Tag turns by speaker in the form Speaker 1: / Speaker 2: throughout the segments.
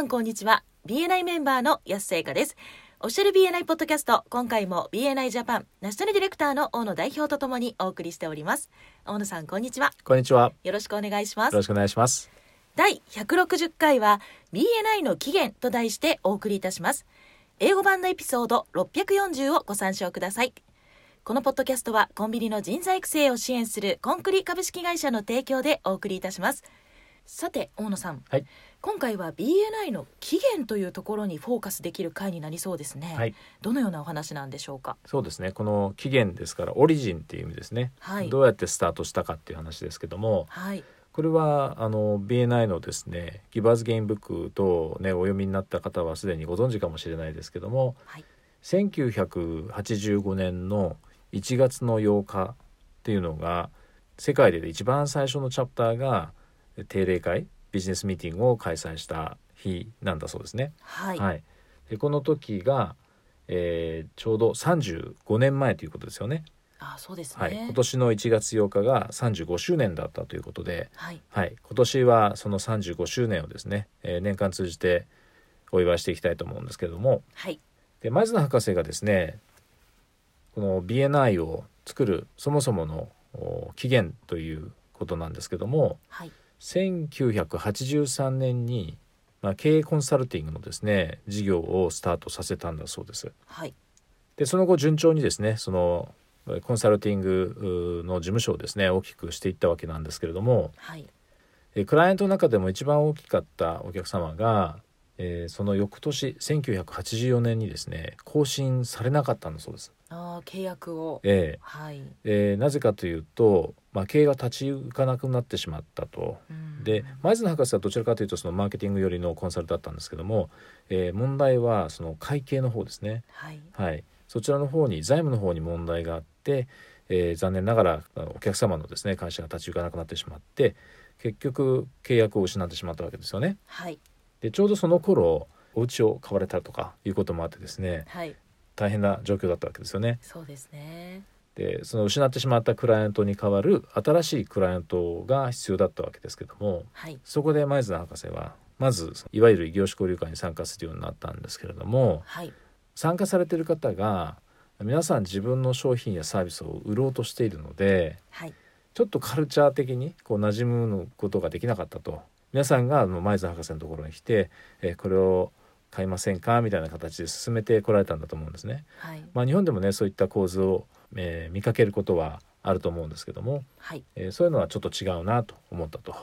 Speaker 1: んこんにちは BNI メンバーの安瀬香ですおっしゃる BNI ポッドキャスト今回も BNI ジャパンナショナルディレクターの大野代表とともにお送りしております大野さんこんにちは
Speaker 2: こんにちは。よ
Speaker 1: よろしくお願いします
Speaker 2: ろしくお願いします。
Speaker 1: 第160回は BNI の起源と題してお送りいたします英語版のエピソード640をご参照くださいこのポッドキャストはコンビニの人材育成を支援するコンクリ株式会社の提供でお送りいたしますさて大野さん、
Speaker 2: はい
Speaker 1: 今回は BNI の起源というところにフォーカスできる回になりそうですね、
Speaker 2: はい
Speaker 1: どのようなお話なんでしょうか
Speaker 2: そうですね。この起源ですから、オリジンっていう意味ですね。
Speaker 1: はい
Speaker 2: どうやってスタートしたかっていう話ですけども、
Speaker 1: はい
Speaker 2: これはあの BNI のですね、ギバーズゲインブックとねお読みになった方はすでにご存知かもしれないですけども、
Speaker 1: はい
Speaker 2: 1985年の1月の8日っていうのが世界で一番最初のチャプターが定例会ビジネスミーティングを開催した日なんだそうですね。
Speaker 1: はい
Speaker 2: はい、でこの時が、えーちょうど35年前ということですよね、
Speaker 1: あそうですね
Speaker 2: はい、今年の1月8日が35周年だったということで、
Speaker 1: はい
Speaker 2: はい、今年はその35周年をですね、えー年間通じてお祝いしていきたいと思うんですけれども
Speaker 1: はい
Speaker 2: で前園博士がですねこの BNI を作るそもそものお起源ということなんですけども
Speaker 1: はい
Speaker 2: 1983年に、まあ、経営コンサルティングのですね事業をスタートさせたんだそうです。
Speaker 1: はい
Speaker 2: でその後順調にですねそのコンサルティングうーの事務所をですね大きくしていったわけなんですけれども
Speaker 1: はい
Speaker 2: えクライアントの中でも一番大きかったお客様が、えーその翌年1984年にですね更新されなかったんだそうです。
Speaker 1: あー契約を
Speaker 2: ええ
Speaker 1: はい、
Speaker 2: えーなぜかというと、まあ、経営が立ち行かなくなってしまったと
Speaker 1: うん
Speaker 2: で前園博士はどちらかというとそのマーケティング寄りのコンサルだったんですけども、えー問題はその会計の方ですね、
Speaker 1: はい
Speaker 2: はい、そちらの方に財務の方に問題があって、えー残念ながらあのお客様のですね会社が立ち行かなくなってしまって結局契約を失ってしまったわけですよね。
Speaker 1: はい
Speaker 2: でちょうどその頃お家を買われたとかいうこともあってですね
Speaker 1: はい
Speaker 2: 大変な状況だったわけですよね。
Speaker 1: そうですね
Speaker 2: でその失ってしまったクライアントに代わる新しいクライアントが必要だったわけですけども、
Speaker 1: はい
Speaker 2: そこで前津博士はまずいわゆる異業種交流会に参加するようになったんですけれども
Speaker 1: はい
Speaker 2: 参加されてる方が皆さん自分の商品やサービスを売ろうとしているので
Speaker 1: はい
Speaker 2: ちょっとカルチャー的にこう馴染むことができなかったと皆さんがあの前津博士のところに来て、えーこれを買いませんかみたいな形で進めてこられたんだと思うんですね。
Speaker 1: はい
Speaker 2: まあ、日本でもねそういった構図を、えー見かけることはあると思うんですけども、
Speaker 1: はい
Speaker 2: えーそういうのはちょっと違うなと思ったと。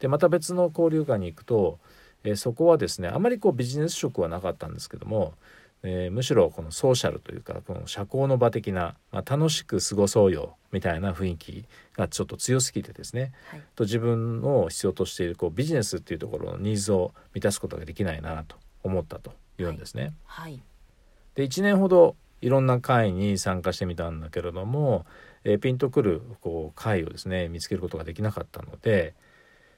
Speaker 2: でまた別の交流会に行くと、えーそこはですねあまりこうビジネス色はなかったんですけども、えーむしろこのソーシャルというかこの社交の場的な、まあ、楽しく過ごそうよみたいな雰囲気がちょっと強すぎてですね
Speaker 1: はい
Speaker 2: と自分の必要としているこうビジネスっていうところのニーズを満たすことができないなと思ったというんですね。
Speaker 1: はい
Speaker 2: で1年ほどいろんな会に参加してみたんだけれども、えーピンとくるこう会をですね見つけることができなかったので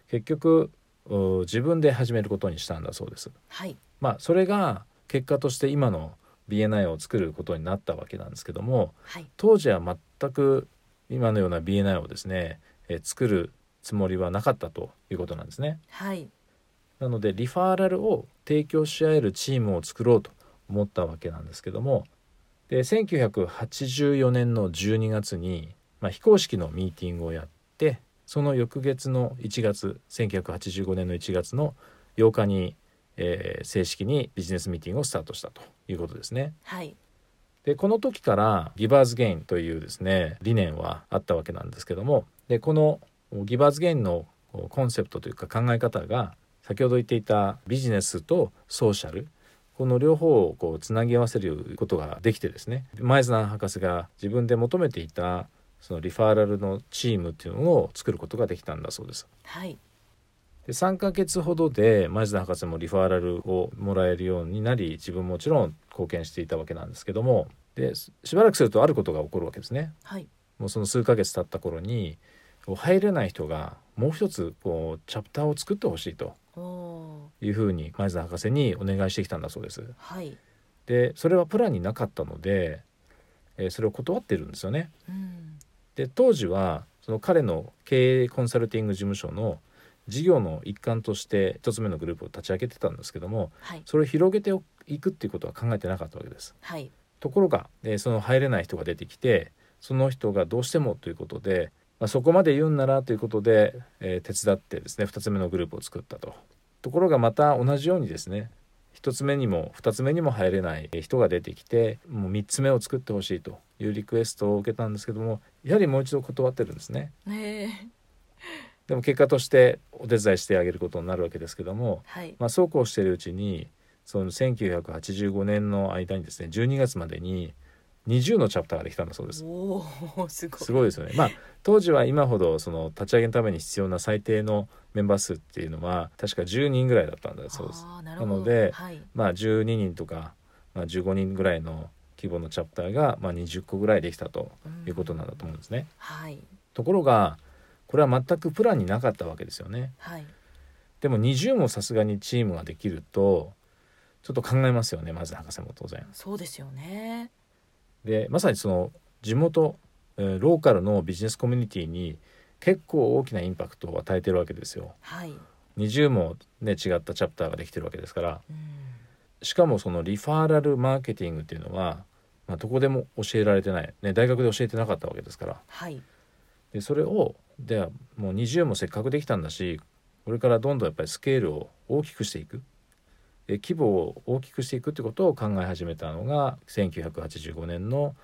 Speaker 2: 結局う自分で始めることにしたんだそうです。
Speaker 1: はい
Speaker 2: まあ、それが結果として今の BNI を作ることになったわけなんですけども
Speaker 1: はい
Speaker 2: 当時は全く今のような BNI をですね、えー作るつもりはなかったということなんですね。
Speaker 1: はい
Speaker 2: なのでリファーラルを提供し合えるチームを作ろうと思ったわけなんですけどもで1984年の12月に、まあ、非公式のミーティングをやってその翌月の1月1985年の1月の8日に、えー正式にビジネスミーティングをスタートしたということですね。
Speaker 1: はい
Speaker 2: でこの時からギバーズゲインというですね理念はあったわけなんですけどもでこのギバーズゲインのコンセプトというか考え方が先ほど言っていたビジネスとソーシャルこの両方をこうつなぎ合わせることができてですね前澤博士が自分で求めていたそのリファーラルのチームっていうのを作ることができたんだそうです。
Speaker 1: はい
Speaker 2: で3ヶ月ほどで前田博士もリファーラルをもらえるようになり自分もちろん貢献していたわけなんですけどもでししばらくするとあることが起こるわけですね。
Speaker 1: はい
Speaker 2: もうその数ヶ月経った頃にこう入れない人がもう一つこうチャプターを作ってほしいと
Speaker 1: おー
Speaker 2: いうふうに前田博士にお願いしてきたんだそうです。
Speaker 1: はい
Speaker 2: でそれはプランになかったので、えーそれを断ってるんですよね。
Speaker 1: うん
Speaker 2: で当時はその彼の経営コンサルティング事務所の事業の一環として一つ目のグループを立ち上げてたんですけども
Speaker 1: はい
Speaker 2: それを広げていくっていうことは考えてなかったわけです。
Speaker 1: はい
Speaker 2: ところが、えーその入れない人が出てきてその人がどうしてもということで、まあ、そこまで言うんならということで、えー手伝ってですね2つ目のグループを作ったと。ところがまた同じようにですね1つ目にも2つ目にも入れない人が出てきてもう3つ目を作ってほしいというリクエストを受けたんですけどもやはりもう一度断ってるんですね。
Speaker 1: ええ
Speaker 2: でも結果としてお手伝いしてあげることになるわけですけども、
Speaker 1: はい
Speaker 2: まあ、そうこうしているうちにその1985年の間にですね12月までに20のチャプターができたんだそうです。
Speaker 1: おおすごい
Speaker 2: すごいですよね、まあ、当時は今ほどその立ち上げのために必要な最低のメンバー数っていうのは確か10人ぐらいだったんだそうです。
Speaker 1: あーなるほど
Speaker 2: なので
Speaker 1: はい
Speaker 2: まあ、12人とか、まあ、15人ぐらいの規模のチャプターが、まあ、20個ぐらいできたと
Speaker 1: うん
Speaker 2: いうことなんだと思うんですね。
Speaker 1: はい
Speaker 2: ところがこれは全くプランになかったわけですよね。
Speaker 1: はい
Speaker 2: でも20もさすがにチームができるとちょっと考えますよねまず博士も当然。
Speaker 1: そうですよね
Speaker 2: でまさにその地元、えーローカルのビジネスコミュニティに結構大きなインパクトを与えてるわけですよ。
Speaker 1: はい
Speaker 2: 20も、ね、違ったチャプターができてるわけですから
Speaker 1: うん
Speaker 2: しかもそのリファーラルマーケティングっていうのは、まあ、どこでも教えられてない、ね、大学で教えてなかったわけですから
Speaker 1: はい
Speaker 2: でそれをではもう20もせっかくできたんだしこれからどんどんやっぱりスケールを大きくしていくえ規模を大きくしていくってことを考え始めたのが1985年の、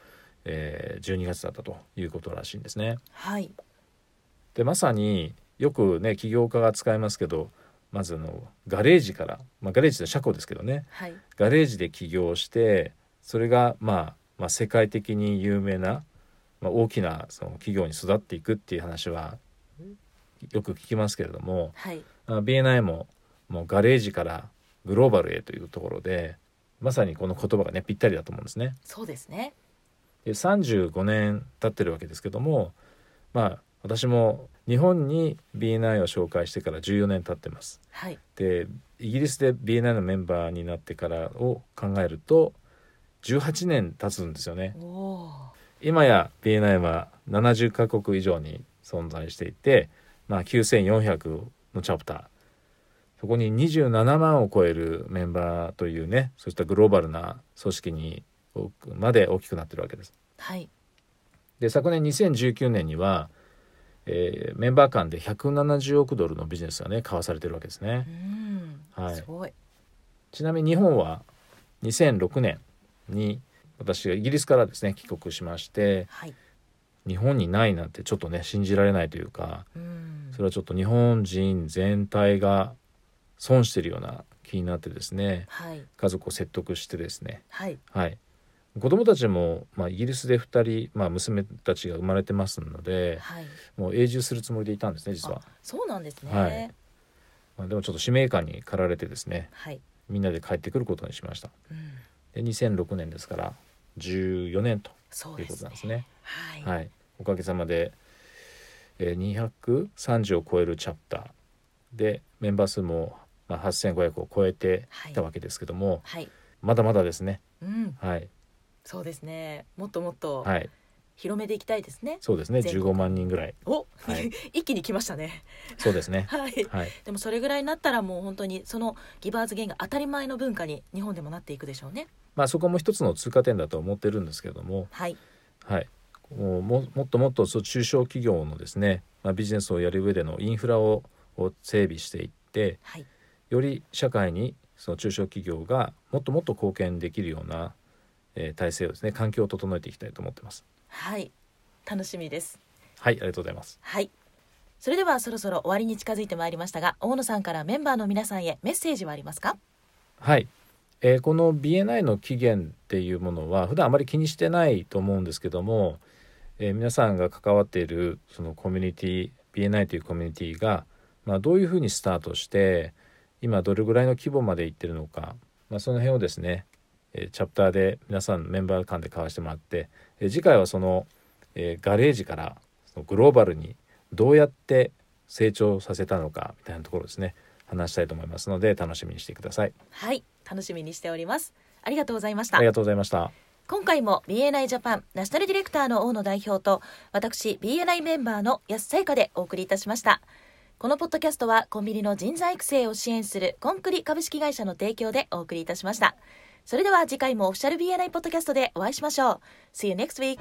Speaker 2: えー12月だったということらしいんですね。
Speaker 1: はい
Speaker 2: でまさによくね起業家が使いますけどまずあのガレージから、まあ、ガレージって車庫ですけどね
Speaker 1: はい
Speaker 2: ガレージで起業してそれが、まあ、まあ世界的に有名な、まあ、大きなその企業に育っていくっていう話はよく聞きますけれども
Speaker 1: はい
Speaker 2: あ BNI ももうガレージからグローバルへというところでまさにこの言葉がねぴったりだと思うんですね。
Speaker 1: そうですね
Speaker 2: で35年経ってるわけですけどもまあ私も日本に BNI を紹介してから14年経ってます。
Speaker 1: はい
Speaker 2: でイギリスで BNI のメンバーになってからを考えると18年経つんですよね
Speaker 1: おお
Speaker 2: 今や BNI は70カ国以上に存在していて、まあ、9400のチャプターそこに27万を超えるメンバーというねそうしたグローバルな組織におまで大きくなってるわけです。
Speaker 1: はい
Speaker 2: で昨年2019年には、えーメンバー間で170億ドルのビジネスがね交わされてるわけですね。
Speaker 1: うん
Speaker 2: はい
Speaker 1: すごい
Speaker 2: ちなみに日本は2006年に私がイギリスからですね帰国しまして
Speaker 1: はい
Speaker 2: 日本にないなんてちょっとね信じられないというか
Speaker 1: うん
Speaker 2: それはちょっと日本人全体が損してるような気になってですね
Speaker 1: はい
Speaker 2: 家族を説得してですね
Speaker 1: はい
Speaker 2: はい子供たちも、まあ、イギリスで2人、まあ、娘たちが生まれてますので
Speaker 1: はい
Speaker 2: もう永住するつもりでいたんですね実は
Speaker 1: あ、そうなんですね
Speaker 2: はいまあ、でもちょっと使命感に駆られてですね
Speaker 1: はい
Speaker 2: みんなで帰ってくることにしました
Speaker 1: うん
Speaker 2: で2006年ですから14年と
Speaker 1: そう
Speaker 2: という
Speaker 1: で
Speaker 2: こと
Speaker 1: す
Speaker 2: なん
Speaker 1: ね
Speaker 2: ですね。
Speaker 1: はい
Speaker 2: はい、おかげさまで、えー、230を超えるチャプターでメンバー数も、まあ、8500を超えてきたわけですけども、
Speaker 1: はい
Speaker 2: まだまだですね。
Speaker 1: うん
Speaker 2: はい、
Speaker 1: そうですねもっともっと
Speaker 2: はい、
Speaker 1: 広めていきたいですね
Speaker 2: そうですね。
Speaker 1: 全国
Speaker 2: 15万人ぐらい。
Speaker 1: お
Speaker 2: はい
Speaker 1: 一気に来ましたね
Speaker 2: そうですね。
Speaker 1: はい
Speaker 2: はい、
Speaker 1: でもそれぐらいになったらもう本当にそのギバーズゲインが当たり前の文化に日本でもなっていくでしょうね
Speaker 2: まあそこも一つの通過点だと思ってるんですけども、
Speaker 1: はい
Speaker 2: はい。もうももっともっとそう中小企業のですね、まあ、ビジネスをやる上でのインフラをを整備していって、
Speaker 1: はい
Speaker 2: より社会にその中小企業がもっともっと貢献できるような、えー体制をですね環境を整えていきたいと思ってます
Speaker 1: はい楽しみです
Speaker 2: はいありがとうございます
Speaker 1: はいそれではそろそろ終わりに近づいてまいりましたが大野さんからメンバーの皆さんへメッセージはありますか
Speaker 2: はい、えーこの BNI の期限っていうものは普段あまり気にしてないと思うんですけども、えー皆さんが関わっているそのコミュニティ BNI というコミュニティがまあ、どういうふうにスタートして今どれぐらいの規模までいってるのか、まあ、その辺をですね、えーチャプターで皆さんメンバー間で交わしてもらって、えー次回はその、えーガレージからそのグローバルにどうやって成長させたのかみたいなところですね話したいと思いますので楽しみにしてください。
Speaker 1: はい楽しみにしておりますありがとうございまし
Speaker 2: あ
Speaker 1: た
Speaker 2: りがとうございました。
Speaker 1: 今回も BNI ジャパンナショナルディレクターの大野代表と私 BNI メンバーの安さゆかでお送りいたしましたこのポッドキャストはコンビニの人材育成を支援するコンクリ株式会社の提供でお送りいたしましたそれでは次回もオフィシャル BNI ポッドキャストでお会いしましょう See you next week